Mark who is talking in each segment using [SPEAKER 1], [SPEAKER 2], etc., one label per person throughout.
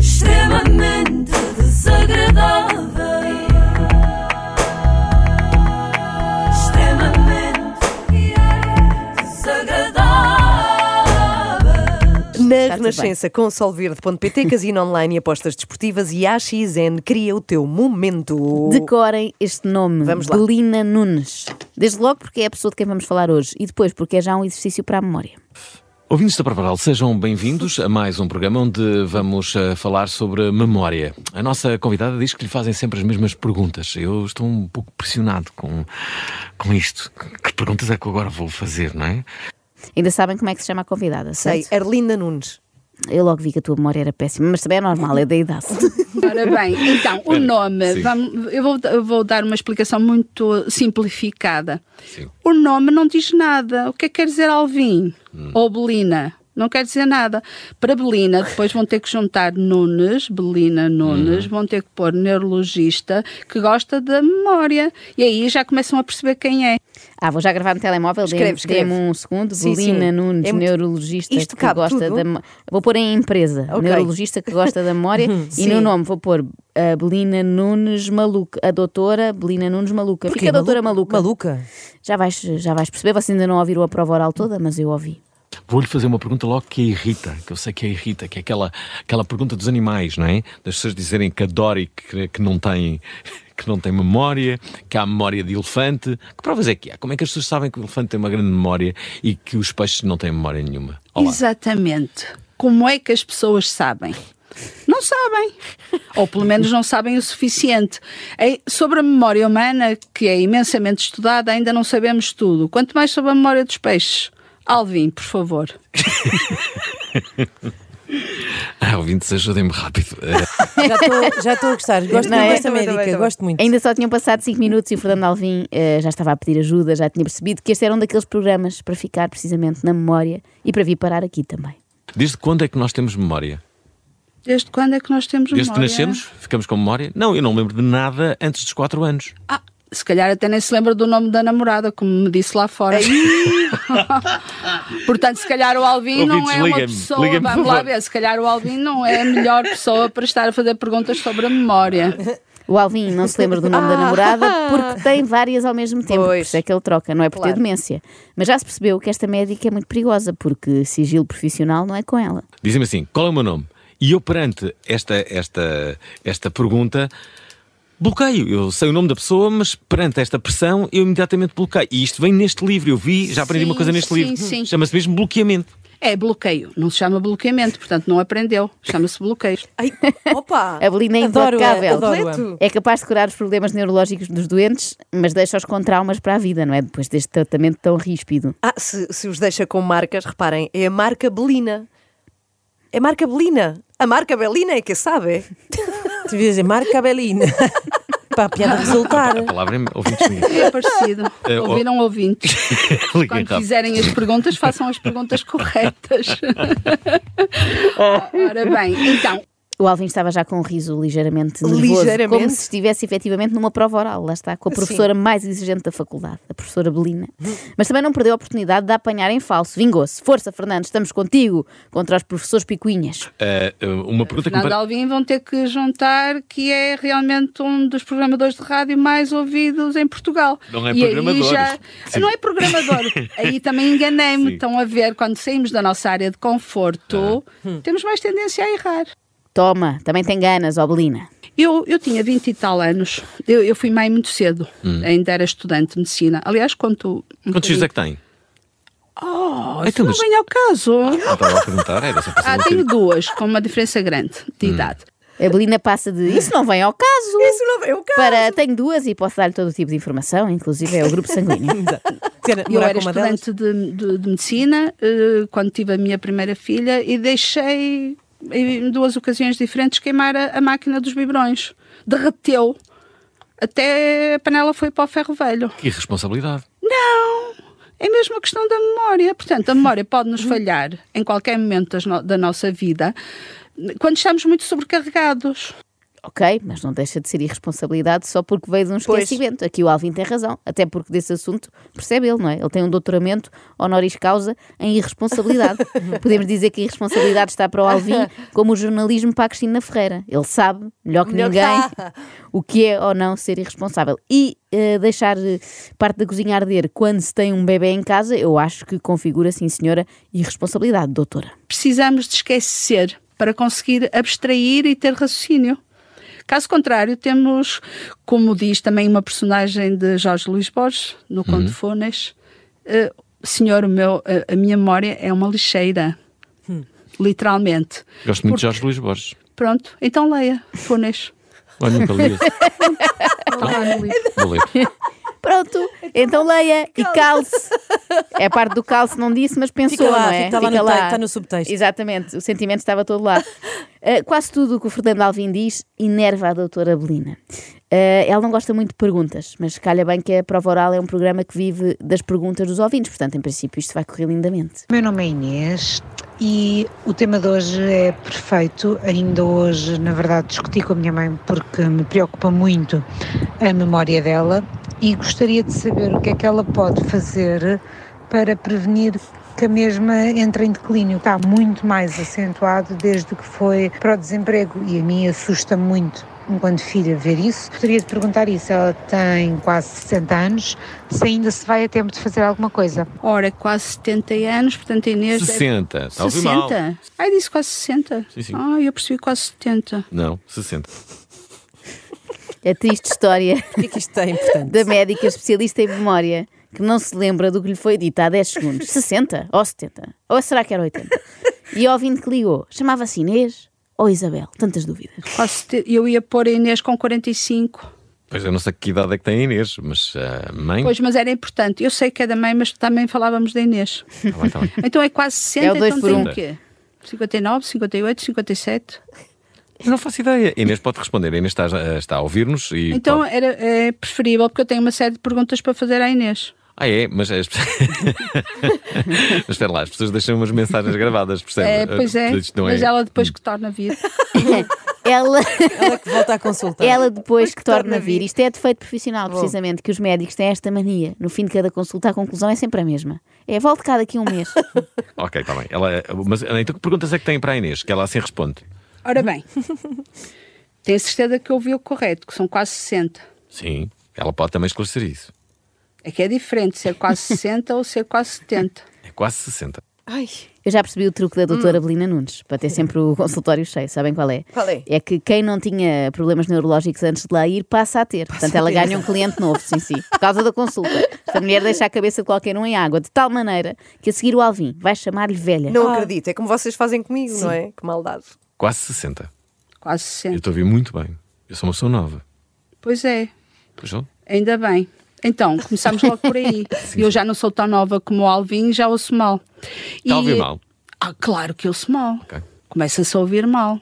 [SPEAKER 1] Extremamente desagradável. Extremamente desagradável.
[SPEAKER 2] Na Renascença, com solverde.pt, casino online e apostas desportivas e AXN cria o teu momento.
[SPEAKER 3] Decorem este nome.
[SPEAKER 2] Vamos lá.
[SPEAKER 3] Belina Nunes. Desde logo porque é a pessoa de quem vamos falar hoje e depois porque é já um exercício para a memória.
[SPEAKER 4] Ouvintes da Parvaral, sejam bem-vindos a mais um programa onde vamos eh, falar sobre memória. A nossa convidada diz que lhe fazem sempre as mesmas perguntas. Eu estou um pouco pressionado com, com isto. Que perguntas é que eu agora vou fazer, não é?
[SPEAKER 3] Ainda sabem como é que se chama a convidada,
[SPEAKER 2] Sei,
[SPEAKER 3] certo?
[SPEAKER 2] Arlinda Nunes.
[SPEAKER 3] Eu logo vi que a tua memória era péssima, mas também é normal, é da idade.
[SPEAKER 5] Ora bem, então, o nome, vamos- eu, vou, eu vou dar uma explicação muito simplificada.
[SPEAKER 4] Sim.
[SPEAKER 5] O nome não diz nada. O que é que quer dizer Alvim?
[SPEAKER 4] Hum.
[SPEAKER 5] Ou Belina? Não quer dizer nada. Para Belina, depois vão ter que juntar Nunes, Belina
[SPEAKER 4] Hum.
[SPEAKER 5] Nunes, vão ter que pôr neurologista que gosta da memória. E aí já começam a perceber quem é.
[SPEAKER 3] Ah, vou já gravar no telemóvel, dê-
[SPEAKER 2] Escreve, escreve.
[SPEAKER 3] dê-me um segundo.
[SPEAKER 2] Sim,
[SPEAKER 3] Belina
[SPEAKER 2] sim.
[SPEAKER 3] Nunes,
[SPEAKER 2] É muito-
[SPEAKER 3] neurologista
[SPEAKER 2] Isto
[SPEAKER 3] que
[SPEAKER 2] cabe
[SPEAKER 3] gosta
[SPEAKER 2] tudo?
[SPEAKER 3] da memória. Vou pôr em empresa,
[SPEAKER 2] Ok.
[SPEAKER 3] neurologista que gosta da memória. e no nome vou pôr a Belina Nunes Maluca, a doutora Belina Nunes Maluca.
[SPEAKER 6] Porquê,
[SPEAKER 3] Fica a doutora maluca.
[SPEAKER 6] Maluca.
[SPEAKER 3] Já, vais, já vais perceber, vocês ainda não ouviram a prova oral toda, mas eu ouvi.
[SPEAKER 4] Vou-lhe fazer uma pergunta logo que a irrita, que eu sei que a irrita, que é aquela, aquela pergunta dos animais, não é? Das pessoas dizerem que adora e que, que não tem, que não tem memória, que há memória de elefante. Que provas é que há? Como é que as pessoas sabem que o elefante tem uma grande memória e que os peixes não têm memória nenhuma? Olá.
[SPEAKER 5] Exatamente. Como é que as pessoas sabem? Não sabem. Ou pelo menos não sabem o suficiente. Em- Sobre a memória humana, que é imensamente estudada, ainda não sabemos tudo. Quanto mais sobre a memória dos peixes. Alvin, por favor.
[SPEAKER 4] Ah, ouvintes, ajudem-me rápido. Eh,
[SPEAKER 6] Já estou- Já estou a gostar. Gosto
[SPEAKER 3] Não
[SPEAKER 6] muito
[SPEAKER 3] é?
[SPEAKER 6] desta
[SPEAKER 2] Também, também,
[SPEAKER 6] médica.
[SPEAKER 2] também.
[SPEAKER 6] Gosto muito.
[SPEAKER 3] Ainda só tinham passado 5 minutos e o Fernando Alvim eh, já estava a pedir ajuda, já tinha percebido que este era um daqueles programas para ficar precisamente na memória e para vir parar aqui também.
[SPEAKER 4] Desde quando é que nós temos memória?
[SPEAKER 5] Desde quando é que nós temos
[SPEAKER 4] Desde que
[SPEAKER 5] memória?
[SPEAKER 4] nascemos? Ficamos com memória? Não, eu não me lembro de nada antes dos 4 anos.
[SPEAKER 5] Ah, se calhar até nem se lembra do nome da namorada, como me disse lá fora. Portanto, se calhar o Alvin não
[SPEAKER 4] Ouvintes,
[SPEAKER 5] é uma
[SPEAKER 4] liguem-me,
[SPEAKER 5] pessoa.
[SPEAKER 4] liguem-me, por
[SPEAKER 5] Vamos lá
[SPEAKER 4] favor.
[SPEAKER 5] ver, se calhar o Alvin não é a melhor pessoa para estar a fazer perguntas sobre a memória.
[SPEAKER 3] O Alvin não se lembra do nome
[SPEAKER 6] Ah.
[SPEAKER 3] da namorada porque tem várias ao mesmo tempo. Por
[SPEAKER 2] Pois.
[SPEAKER 3] isso é que ele troca, não é por ter demência. Mas já se percebeu que esta médica é muito perigosa porque sigilo profissional não é com ela.
[SPEAKER 4] Dizem-me assim: qual é o meu nome? E eu, perante esta, esta, esta pergunta, bloqueio. Eu sei o nome da pessoa, mas perante esta pressão, eu imediatamente bloqueio. E isto vem neste livro. Eu vi, já aprendi
[SPEAKER 5] Sim,
[SPEAKER 4] uma coisa neste
[SPEAKER 5] sim,
[SPEAKER 4] livro.
[SPEAKER 5] sim.
[SPEAKER 4] Chama-se mesmo bloqueamento.
[SPEAKER 5] É bloqueio, não se chama bloqueamento, portanto não aprendeu, chama-se bloqueio.
[SPEAKER 6] Ai, opa.
[SPEAKER 3] A Belina é
[SPEAKER 6] Ah. Adoro-a,
[SPEAKER 3] implacável.
[SPEAKER 6] adoro-a.
[SPEAKER 2] Completo.
[SPEAKER 3] É capaz de curar os problemas neurológicos dos doentes, mas deixa-os com traumas para a vida, não é? Depois deste tratamento tão ríspido.
[SPEAKER 2] Ah, se, se os deixa com marcas, reparem, é a marca Belina. É a marca Belina. A marca Belina é que sabe.
[SPEAKER 6] Tu devias dizer Marca Belina. Para a piada resultar.
[SPEAKER 4] A palavra é ouvintes liguem.
[SPEAKER 5] É parecido.
[SPEAKER 4] É, ó-
[SPEAKER 5] Ouviram ouvintes.
[SPEAKER 4] Liguem
[SPEAKER 5] Quando
[SPEAKER 4] rápido.
[SPEAKER 5] fizerem as perguntas, façam as perguntas corretas. Ora bem, então,
[SPEAKER 3] O Alvin estava já com um riso ligeiramente nervoso,
[SPEAKER 2] Ligeiramente?
[SPEAKER 3] como se estivesse efetivamente numa prova oral, lá está, com a professora mais exigente da faculdade, a professora Belina. Mas também não perdeu a oportunidade de apanhar em falso. Vingou-se. Força, Fernando, estamos contigo contra os professores picuinhas.
[SPEAKER 4] Eh, eh, uma pergunta que
[SPEAKER 5] Fernando
[SPEAKER 4] me pare-
[SPEAKER 5] Alvim vão ter que juntar que é realmente um dos programadores de rádio mais ouvidos em Portugal.
[SPEAKER 4] Não é
[SPEAKER 5] E aí
[SPEAKER 4] programador.
[SPEAKER 5] já-
[SPEAKER 4] Sim.
[SPEAKER 5] Não é programador. aí também enganei-me. Estão a ver, quando saímos da nossa área de conforto,
[SPEAKER 4] Ah.
[SPEAKER 5] temos mais tendência a errar.
[SPEAKER 3] Toma, também tem ganas, ó Belina.
[SPEAKER 5] Eu, eu tinha 20 e tal anos. Eu, eu fui mãe muito cedo.
[SPEAKER 4] Hum.
[SPEAKER 5] Ainda era estudante de medicina. Aliás, quanto.
[SPEAKER 4] Quantos filhos é que tem?
[SPEAKER 5] Um Oh, isso
[SPEAKER 4] Então,
[SPEAKER 5] não
[SPEAKER 4] mas-
[SPEAKER 5] vem ao caso.
[SPEAKER 4] Não estava a perguntar, era só para
[SPEAKER 5] Ah,
[SPEAKER 4] saber. um Hum.
[SPEAKER 5] tenho duas, com uma diferença grande de idade.
[SPEAKER 3] A Belina passa de isso não vem ao caso.
[SPEAKER 2] Isso não é o caso.
[SPEAKER 3] Para tenho duas e posso dar-lhe todo o tipo de informação, inclusive é o grupo sanguíneo.
[SPEAKER 6] Quer
[SPEAKER 5] Eu
[SPEAKER 2] é
[SPEAKER 6] morar
[SPEAKER 5] era
[SPEAKER 6] com uma delas?
[SPEAKER 5] estudante de, de- de medicina eh, quando tive a minha primeira filha e deixei em duas ocasiões diferentes queimar a, a máquina dos biberões. Derreteu. Até a panela foi para o ferro velho.
[SPEAKER 4] Que irresponsabilidade.
[SPEAKER 5] Não! É mesmo a questão da memória. Portanto, a memória pode
[SPEAKER 6] Uhum.
[SPEAKER 5] nos falhar em qualquer momento das no- da nossa vida quando estamos muito sobrecarregados.
[SPEAKER 3] ok, mas não deixa de ser irresponsabilidade só porque veio de um
[SPEAKER 2] Pois.
[SPEAKER 3] esquecimento. Aqui o Alvin tem razão, até porque desse assunto percebe ele, não é? Ele tem um doutoramento honoris causa em irresponsabilidade. Podemos dizer que a irresponsabilidade está para o Alvin como o jornalismo para a Cristina Ferreira. Ele sabe, melhor que
[SPEAKER 2] Melhor que-
[SPEAKER 3] ninguém, o que é ou não ser irresponsável. E eh, deixar eh, parte da cozinha arder quando se tem um bebê em casa, eu acho que configura, sim senhora, irresponsabilidade, doutora.
[SPEAKER 5] Precisamos de esquecer para conseguir abstrair e ter raciocínio. Caso contrário, temos, como diz também uma personagem de Jorge Luís Borges,
[SPEAKER 4] Uhum.
[SPEAKER 5] no Conto Funes, eh, Senhor, o meu, a- a minha memória é uma lixeira. Literalmente.
[SPEAKER 4] Gosto muito de Jorge Luís Borges.
[SPEAKER 5] Pronto, então leia Funes.
[SPEAKER 4] Olha, nunca li esse.
[SPEAKER 5] Está lá no livro.
[SPEAKER 4] Vou ler.
[SPEAKER 3] Pronto, então leia e calce. É a parte do calce, não disse, mas pensou,
[SPEAKER 6] Fica lá,
[SPEAKER 3] não é?
[SPEAKER 6] fica lá no te- tá no subtexto.
[SPEAKER 3] Exatamente, o sentimento estava todo lá. Uh, quase tudo o que o Fernando Alvim diz inerva a doutora Belina. Uh, ela não gosta muito de perguntas, mas calha bem que a Prova Oral é um programa que vive das perguntas dos ouvintes, portanto, em princípio, isto vai correr lindamente.
[SPEAKER 7] Meu nome é Inês e o tema de hoje é perfeito. Ainda hoje, na verdade, discuti com a minha mãe porque me preocupa muito a memória dela e gostaria de saber o que é que ela pode fazer para prevenir que a mesma entre em declínio. Está muito mais acentuado desde que foi para o desemprego e a mim assusta muito. Enquanto filha, ver isso, gostaria de perguntar isso. Ela tem quase 60 anos, se ainda se vai a tempo de fazer alguma coisa.
[SPEAKER 5] Ora, quase 70 anos, portanto a Inês deve-
[SPEAKER 4] 60. Está a ouvir Tá mal.
[SPEAKER 5] Ai, disse quase 60?
[SPEAKER 4] Sim, sim.
[SPEAKER 5] Ah, eu percebi quase 70.
[SPEAKER 4] Não, 60.
[SPEAKER 3] A É triste história
[SPEAKER 6] Porquê que isto é importante?
[SPEAKER 3] da médica especialista em memória que não se lembra do que lhe foi dito há 10 segundos, 60 ou 70, ou será que era 80? E ao ouvinte que ligou, chamava-se Inês ou Isabel? Tantas dúvidas.
[SPEAKER 5] Quase sete- Eu ia pôr a Inês com 45.
[SPEAKER 4] Pois eu não sei que idade é que tem a Inês, mas a mãe.
[SPEAKER 5] Pois, mas era importante. Eu sei que é da mãe, mas também falávamos da Inês.
[SPEAKER 4] Tá bem, tá bem.
[SPEAKER 5] Então é quase 60,
[SPEAKER 3] É o dois
[SPEAKER 5] então
[SPEAKER 3] por
[SPEAKER 5] tem
[SPEAKER 3] um.
[SPEAKER 5] o quê? 59, 58, 57.
[SPEAKER 4] Eu não faço ideia. Inês pode responder. A Inês está, ah, está a ouvir-nos e.
[SPEAKER 5] Então
[SPEAKER 4] pode-
[SPEAKER 5] era, é preferível, porque eu tenho uma série de perguntas para fazer à Inês.
[SPEAKER 4] Ah, é, mas. As... mas espera lá, as pessoas deixam umas mensagens gravadas, percebe? Ah,
[SPEAKER 5] É, pois é,
[SPEAKER 4] Isto não
[SPEAKER 5] mas ela depois que torna a vir.
[SPEAKER 3] Ela,
[SPEAKER 6] Ela que volta a consultar.
[SPEAKER 3] ela depois que torna
[SPEAKER 2] torna
[SPEAKER 3] a
[SPEAKER 2] a
[SPEAKER 3] vir.
[SPEAKER 2] vir.
[SPEAKER 3] Isto é defeito profissional, precisamente, que os médicos têm esta mania. No fim de cada consulta, a conclusão é sempre a mesma. É, volte cá daqui a um mês.
[SPEAKER 4] Ok, está bem. Ela... Mas então que perguntas é que tem para a Inês? Que ela assim responde.
[SPEAKER 5] Ora bem, tenho certeza que ouvi o correto, que são quase 60.
[SPEAKER 4] Sim, ela pode também esclarecer isso.
[SPEAKER 5] É que é diferente ser quase 60 ou ser quase 70.
[SPEAKER 4] É quase 60.
[SPEAKER 2] Ai,
[SPEAKER 3] Eu já percebi o truque da doutora Belina Nunes, para ter sempre o consultório cheio, sabem qual é?
[SPEAKER 2] Hum. Qual é?
[SPEAKER 3] É que quem não tinha problemas neurológicos antes de lá ir, passa a ter. Portanto, ela ganha um cliente novo, sim, sim, por causa da consulta. Esta mulher deixa a cabeça de qualquer um em água, de tal maneira que a seguir o Alvin vai chamar-lhe velha.
[SPEAKER 2] não acredito. É como vocês fazem comigo, não é? Que maldade.
[SPEAKER 4] Quase 60.
[SPEAKER 5] Quase
[SPEAKER 4] Eu
[SPEAKER 5] 60.
[SPEAKER 4] estou a ouvir muito bem. Eu sou uma pessoa nova.
[SPEAKER 5] Pois é,
[SPEAKER 4] Pois não?
[SPEAKER 5] ainda bem. Então, começamos logo por aí. eu já não sou tão nova como o Alvin, já ouço mal.
[SPEAKER 4] Está Tá a ouvir
[SPEAKER 5] E-
[SPEAKER 4] mal.
[SPEAKER 5] Ah, claro que ouço mal.
[SPEAKER 4] Ok.
[SPEAKER 5] Começa-se a ouvir mal.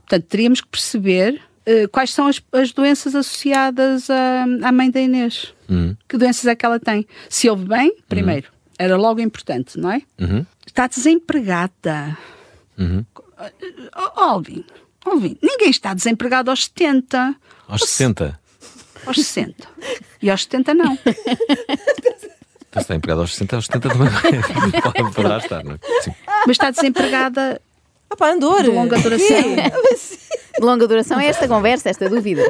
[SPEAKER 5] Portanto, teríamos que perceber eh, quais são as, as doenças associadas à, à mãe da Inês.
[SPEAKER 4] Hum.
[SPEAKER 5] Que doenças é que ela tem? Se ouve bem, primeiro. Era logo importante, não é?
[SPEAKER 4] Uhum.
[SPEAKER 5] Está desempregada. Ó, Alvin, Alvin, ninguém está desempregado aos 70.
[SPEAKER 4] Aos 60.
[SPEAKER 5] Aos 60. E aos 70 não.
[SPEAKER 4] Então, se está empregado aos 60, aos 70 também é. pode, poderá estar, não é? Sim.
[SPEAKER 5] Mas está desempregada
[SPEAKER 6] Ah pá, Andor.
[SPEAKER 5] de longa duração.
[SPEAKER 3] De longa duração é esta conversa, esta dúvida.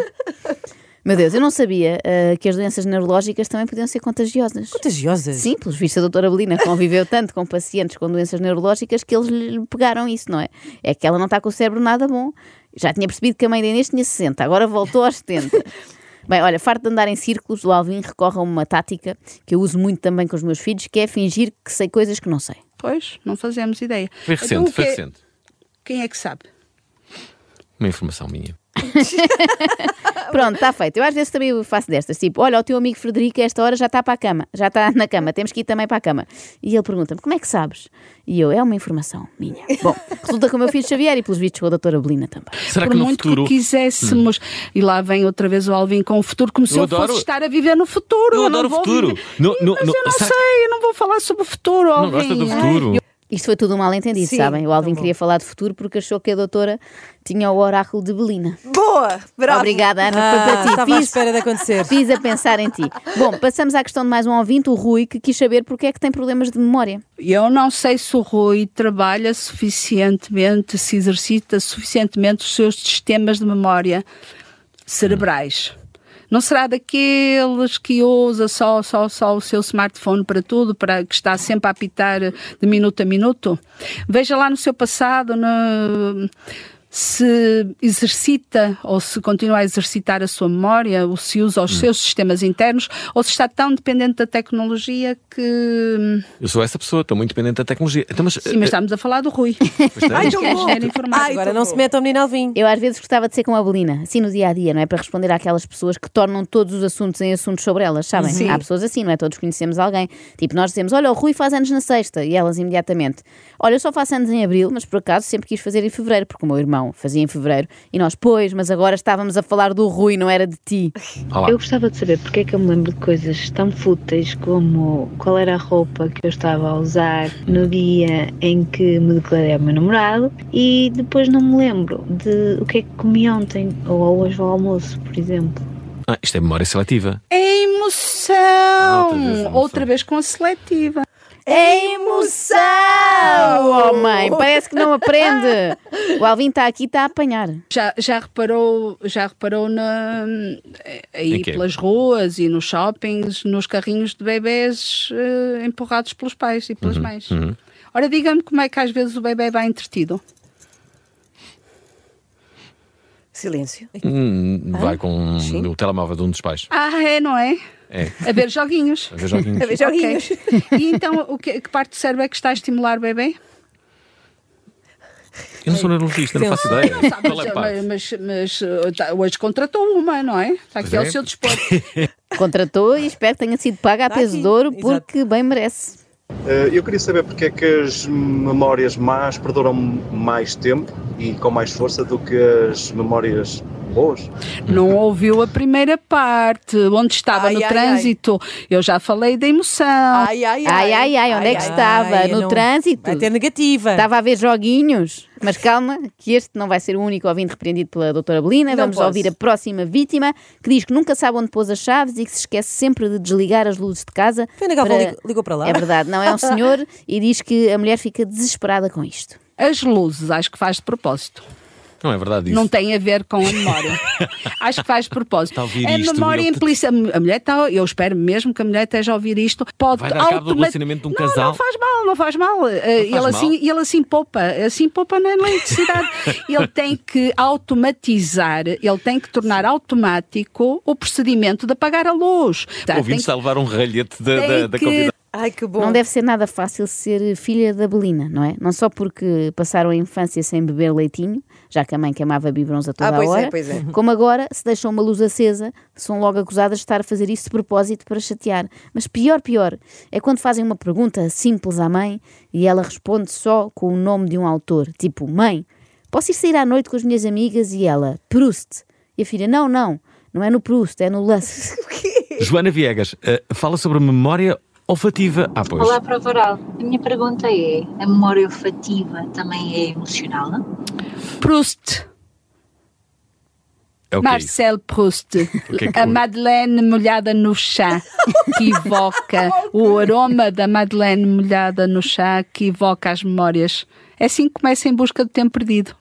[SPEAKER 3] Meu Deus, eu não sabia ah, que as doenças neurológicas também podiam ser contagiosas.
[SPEAKER 6] Contagiosas.
[SPEAKER 3] Sim, pelos vistos, a doutora Belina conviveu tanto com pacientes com doenças neurológicas que eles lhe pegaram isso, não é? É que ela não está com o cérebro nada bom. Já tinha percebido que a mãe da Inês tinha 60, agora voltou aos 70. Bem, olha, farto de andar em círculos, o Alvin recorre a uma tática que eu uso muito também com os meus filhos, que é fingir que sei coisas que não sei.
[SPEAKER 5] Pois, não fazemos ideia.
[SPEAKER 4] Foi
[SPEAKER 5] Então,
[SPEAKER 4] recente,
[SPEAKER 5] o
[SPEAKER 4] foi
[SPEAKER 5] quê?
[SPEAKER 4] recente.
[SPEAKER 5] Quem é que sabe?
[SPEAKER 4] Uma informação minha.
[SPEAKER 3] Pronto, está feito. Eu às vezes também faço destas, tipo, olha, o teu amigo Frederico, a esta hora já está para a cama, já está na cama, temos que ir também para a cama. E ele pergunta-me, como é que sabes? E eu, é uma informação minha. Bom, resulta que o meu filho Xavier e pelos vistos com a doutora Belina também.
[SPEAKER 4] Será
[SPEAKER 5] Por
[SPEAKER 4] que no
[SPEAKER 5] muito
[SPEAKER 4] futuro. Hum.
[SPEAKER 5] que quiséssemos. E lá vem outra vez o Alvin com o futuro, como se
[SPEAKER 4] Eu
[SPEAKER 5] eu,
[SPEAKER 4] adoro.
[SPEAKER 5] fosse estar a viver no futuro.
[SPEAKER 4] Eu
[SPEAKER 5] não
[SPEAKER 4] adoro o
[SPEAKER 5] vou
[SPEAKER 4] futuro.
[SPEAKER 5] viver-
[SPEAKER 4] No-
[SPEAKER 5] Ih,
[SPEAKER 4] no-
[SPEAKER 5] mas
[SPEAKER 4] no-
[SPEAKER 5] eu não
[SPEAKER 4] será que-
[SPEAKER 5] sei, eu não vou falar sobre o futuro,
[SPEAKER 4] Não
[SPEAKER 5] Alvin.
[SPEAKER 4] gosta do
[SPEAKER 5] Ai,
[SPEAKER 4] futuro?
[SPEAKER 3] Isto foi tudo um mal-entendido,
[SPEAKER 2] Sim,
[SPEAKER 3] sabem? O Alvin
[SPEAKER 2] tá bom.
[SPEAKER 3] queria falar de futuro porque achou que a doutora tinha o oráculo de Belina.
[SPEAKER 2] Boa! Bravo! tá
[SPEAKER 3] Obrigada, Ana, foi para
[SPEAKER 6] Ah,
[SPEAKER 3] ti.
[SPEAKER 6] estava à
[SPEAKER 3] Fiz-
[SPEAKER 6] espera de acontecer.
[SPEAKER 3] Fiz a pensar em ti. Bom, passamos à questão de mais um ouvinte, o Rui, que quis saber porque é que tem problemas de memória.
[SPEAKER 5] Eu não sei se o Rui trabalha suficientemente, se exercita suficientemente os seus sistemas de memória cerebrais. Não será daqueles que usa só, só, só o seu smartphone para tudo, para que está sempre a apitar de minuto a minuto? Veja lá no seu passado, no- se exercita ou se continua a exercitar a sua memória, ou se usa os seus sistemas internos, ou se está tão dependente da tecnologia que hum,
[SPEAKER 4] Eu sou essa pessoa, estou muito dependente da tecnologia. Então, mas,
[SPEAKER 5] Sim, mas estamos a falar do Rui.
[SPEAKER 4] Pois está.
[SPEAKER 5] Ai,
[SPEAKER 4] Mas
[SPEAKER 5] tão bom. Era informático.
[SPEAKER 6] Agora não se mete ao menino Alvin.
[SPEAKER 3] Eu às vezes gostava de ser com a Belina, assim no dia a dia, não é? Para responder àquelas pessoas que tornam todos os assuntos em assuntos sobre elas, sabem? Há pessoas assim, não é? Todos conhecemos alguém. Tipo, nós dizemos, olha, o Rui faz anos na sexta, e elas imediatamente, olha, eu só faço anos em abril, mas por acaso sempre quis fazer em fevereiro, porque o meu irmão fazia em fevereiro, e nós, pois, mas agora estávamos a falar do Rui, não era de ti.
[SPEAKER 4] Olá.
[SPEAKER 8] Eu gostava de saber porque é que eu me lembro de coisas tão fúteis como qual era a roupa que eu estava a usar no dia em que me declarei ao meu namorado e depois não me lembro de o que é que comi ontem ou hoje ao almoço, por exemplo.
[SPEAKER 4] Ah, isto é memória seletiva.
[SPEAKER 5] É emoção!
[SPEAKER 4] outra vez emoção.
[SPEAKER 5] Outra vez com a seletiva.
[SPEAKER 2] Emoção!
[SPEAKER 3] Oh, mãe, parece que não aprende. O Alvin está aqui, está a apanhar.
[SPEAKER 5] Já, já reparou, já reparou na, aí
[SPEAKER 4] Em quê?
[SPEAKER 5] pelas ruas e nos shoppings, nos carrinhos de bebés eh, empurrados pelos pais e
[SPEAKER 4] Uhum,
[SPEAKER 5] pelas mães. Ora, diga-me como é que às vezes o bebê vai entretido.
[SPEAKER 2] Silêncio.
[SPEAKER 4] Hum, vai com o telemóvel de um dos pais.
[SPEAKER 5] Ah, é, não é?
[SPEAKER 4] É.
[SPEAKER 5] A ver joguinhos.
[SPEAKER 4] A ver joguinhos.
[SPEAKER 2] A ver, joguinhos.
[SPEAKER 5] Ok. E então, o que, que parte do cérebro é que está a estimular o bebê?
[SPEAKER 4] Eu não sou neurologista, não faço ideia. Qual é a parte?
[SPEAKER 5] mas, mas, mas, eh, tá- hoje contratou uma, não é? Está aqui
[SPEAKER 4] Pois
[SPEAKER 5] ao
[SPEAKER 4] é.
[SPEAKER 5] seu dispor.
[SPEAKER 3] Contratou e espero que tenha sido paga a
[SPEAKER 6] Está
[SPEAKER 3] peso
[SPEAKER 6] aqui.
[SPEAKER 3] de ouro,
[SPEAKER 6] Exato.
[SPEAKER 3] porque bem merece.
[SPEAKER 9] Eh, Eu queria saber porque é que as memórias más perduram mais tempo e com mais força do que as memórias boas.
[SPEAKER 5] Não ouviu a primeira parte, onde estava
[SPEAKER 2] Ai,
[SPEAKER 5] no
[SPEAKER 2] ai,
[SPEAKER 5] trânsito. Eu já falei da emoção.
[SPEAKER 2] Ai, ai,
[SPEAKER 3] Ai, ai, ai, onde é que estava?
[SPEAKER 6] Ai, eu
[SPEAKER 3] no
[SPEAKER 6] não-
[SPEAKER 3] trânsito?
[SPEAKER 6] Vai ter negativa.
[SPEAKER 3] Estava a ver joguinhos. Mas calma, que este não vai ser o único ouvinte repreendido pela doutora Belina.
[SPEAKER 2] Não
[SPEAKER 3] Vamos
[SPEAKER 2] posso.
[SPEAKER 3] ouvir a próxima vítima, que diz que nunca sabe onde pôs as chaves e que se esquece sempre de desligar as luzes de casa.
[SPEAKER 6] Pena que a avó
[SPEAKER 3] para-
[SPEAKER 6] ligou- ligou para lá.
[SPEAKER 3] É verdade, não é um senhor e diz que a mulher fica desesperada com isto.
[SPEAKER 5] As luzes, acho que faz de propósito.
[SPEAKER 4] Não é verdade isso.
[SPEAKER 5] Não tem a ver com a memória. acho que faz de propósito.
[SPEAKER 4] Está a ouvir
[SPEAKER 5] a
[SPEAKER 4] isto,
[SPEAKER 5] memória
[SPEAKER 4] meu-
[SPEAKER 5] implica. A mulher está. Eu espero mesmo que a mulher esteja a ouvir isto. Pode
[SPEAKER 4] Vai dar cabo do
[SPEAKER 5] automa-
[SPEAKER 4] relacionamento de um
[SPEAKER 5] não,
[SPEAKER 4] casal.
[SPEAKER 5] Não faz mal, não faz mal. Eh, ele,
[SPEAKER 4] faz
[SPEAKER 5] Assim,
[SPEAKER 4] mal.
[SPEAKER 5] ele assim poupa. Assim poupa na eletricidade. ele tem que automatizar, ele tem que tornar automático o procedimento de apagar a luz. Tá,
[SPEAKER 4] O ouvinte
[SPEAKER 5] tem que-
[SPEAKER 4] está a levar um ralhete da,
[SPEAKER 5] tem
[SPEAKER 4] da, da
[SPEAKER 5] que-
[SPEAKER 4] convidada.
[SPEAKER 2] Ai, que bom.
[SPEAKER 3] Não deve ser nada fácil ser filha da Belina, não é? Não só porque passaram a infância sem beber leitinho, já que a mãe queimava biberons a toda
[SPEAKER 2] Ah, pois
[SPEAKER 3] a
[SPEAKER 2] é,
[SPEAKER 3] hora,
[SPEAKER 2] pois é.
[SPEAKER 3] como agora, se deixam uma luz acesa, são logo acusadas de estar a fazer isso de propósito para chatear. Mas pior, pior, é quando fazem uma pergunta simples à mãe e ela responde só com o nome de um autor, tipo, mãe, posso ir sair à noite com as minhas amigas? E ela, Proust. E a filha, não, não, não é no Proust, é no Lust.
[SPEAKER 4] Joana Viegas, eh, fala sobre a memória olfativa. Ah, pois.
[SPEAKER 8] Olá, Prova Oral. A minha pergunta é: a memória olfativa também é emocional?
[SPEAKER 5] Proust.
[SPEAKER 4] É o que é isso?
[SPEAKER 5] Marcel Proust,
[SPEAKER 4] que é que-
[SPEAKER 5] a Madeleine molhada no chá, que evoca o aroma da Madeleine molhada no chá, que evoca as memórias. É assim que começa em busca do tempo perdido.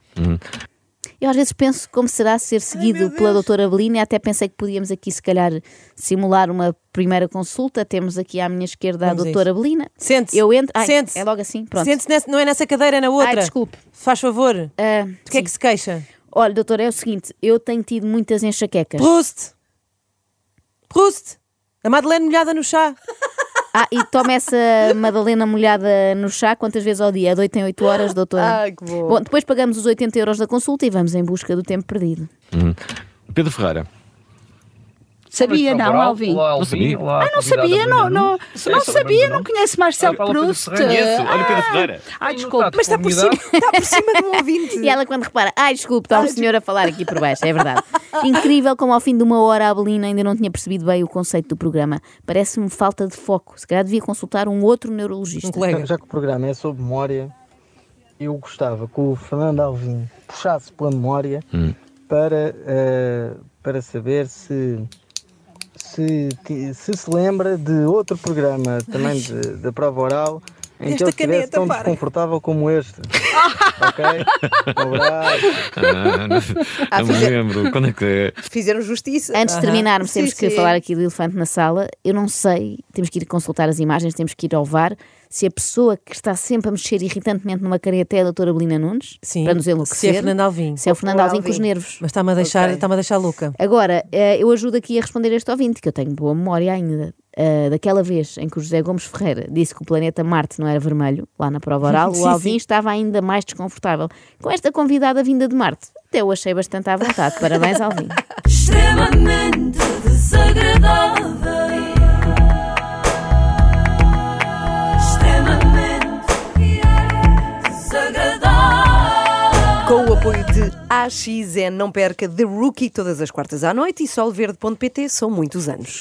[SPEAKER 3] Eu às vezes penso como será ser seguido pela doutora Belina e até pensei que podíamos aqui se calhar simular uma primeira consulta. Temos aqui à minha esquerda
[SPEAKER 6] Vamos
[SPEAKER 3] a
[SPEAKER 6] a
[SPEAKER 3] doutora Belina.
[SPEAKER 6] Sente-se.
[SPEAKER 3] Eu entro. Ai,
[SPEAKER 6] Sente-se.
[SPEAKER 3] É logo assim, pronto.
[SPEAKER 6] Sente-se nessa- não é nessa cadeira, é na outra.
[SPEAKER 3] Ai, desculpe.
[SPEAKER 6] Faz favor. O
[SPEAKER 3] Ah,
[SPEAKER 6] que é que se queixa?
[SPEAKER 3] Olha, doutora, é o seguinte, eu tenho tido muitas enxaquecas.
[SPEAKER 6] Proust! Proust! A Madeleine molhada no chá.
[SPEAKER 3] Ah, e toma essa Madalena molhada no chá quantas vezes ao dia? É de 8 em 8 horas, doutora?
[SPEAKER 10] Ai, que bom.
[SPEAKER 3] depois pagamos os 80 euros da consulta e vamos em busca do tempo perdido.
[SPEAKER 4] Pedro Ferreira.
[SPEAKER 5] Sabia, não, Alvin?
[SPEAKER 4] Não sabia.
[SPEAKER 5] Ah, não sabia, não, não,
[SPEAKER 9] Sei,
[SPEAKER 4] é
[SPEAKER 5] não
[SPEAKER 9] só também
[SPEAKER 5] sabia,
[SPEAKER 9] não.
[SPEAKER 5] não conhece Marcelo
[SPEAKER 9] Olha, fala Pedro
[SPEAKER 5] Proust. Ah.
[SPEAKER 9] Ferreira. Conheço,
[SPEAKER 4] Olha o Pedro Ferreira.
[SPEAKER 5] Ai, desculpe.
[SPEAKER 9] Mas está por cima.
[SPEAKER 10] Está por cima de um ouvinte.
[SPEAKER 3] E ela quando repara, ai desculpe, está um senhor a falar aqui por baixo, é verdade. Incrível como ao fim de uma hora a Abelina ainda não tinha percebido bem o conceito do programa. Parece-me falta de foco. Se calhar devia consultar um outro
[SPEAKER 6] Um
[SPEAKER 3] neurologista.
[SPEAKER 6] colega.
[SPEAKER 2] Já que o programa é sobre memória, eu gostava que o Fernando Alvim puxasse pela memória para, eh, para saber se se, ti- se se lembra de outro programa também de- da prova oral em que
[SPEAKER 6] Esta
[SPEAKER 2] ele estivesse
[SPEAKER 6] caneta,
[SPEAKER 2] tão
[SPEAKER 6] para.
[SPEAKER 2] desconfortável como este. ok? Um abraço.
[SPEAKER 4] Ah, não, não me
[SPEAKER 10] fica-
[SPEAKER 4] lembro. Quando é que.
[SPEAKER 10] Fizeram justiça.
[SPEAKER 3] Antes de
[SPEAKER 10] Aham.
[SPEAKER 3] terminarmos,
[SPEAKER 10] Sim,
[SPEAKER 3] temos que
[SPEAKER 10] sim.
[SPEAKER 3] falar aqui do elefante na sala. Eu não sei, temos que ir consultar as imagens, temos que ir ao VAR. Se a pessoa que está sempre a mexer irritantemente numa careta é a doutora Belina Nunes,
[SPEAKER 6] Sim.
[SPEAKER 3] para nos enlouquecer.
[SPEAKER 6] Se é Fernando Alvim.
[SPEAKER 3] Se é o Fernando
[SPEAKER 10] Ou
[SPEAKER 3] Alvim com os
[SPEAKER 10] Alvim.
[SPEAKER 3] nervos.
[SPEAKER 6] Mas está-me a, deixar,
[SPEAKER 10] Ok.
[SPEAKER 6] está-me a deixar louca.
[SPEAKER 3] Agora, eh, eu ajudo aqui a responder este ouvinte, que eu tenho boa memória ainda. Eh, daquela vez em que o José Gomes Ferreira disse que o planeta Marte não era vermelho, lá na prova oral,
[SPEAKER 6] Sim,
[SPEAKER 3] o Alvin
[SPEAKER 6] sim.
[SPEAKER 3] estava ainda mais desconfortável. Com esta convidada vinda de Marte, até eu achei bastante à vontade. Parabéns, Alvin.
[SPEAKER 8] extremamente desagradável. Extremamente desagradável.
[SPEAKER 10] Com o apoio de AXN, não perca The Rookie todas as quartas à noite e solverde.pt são muitos anos.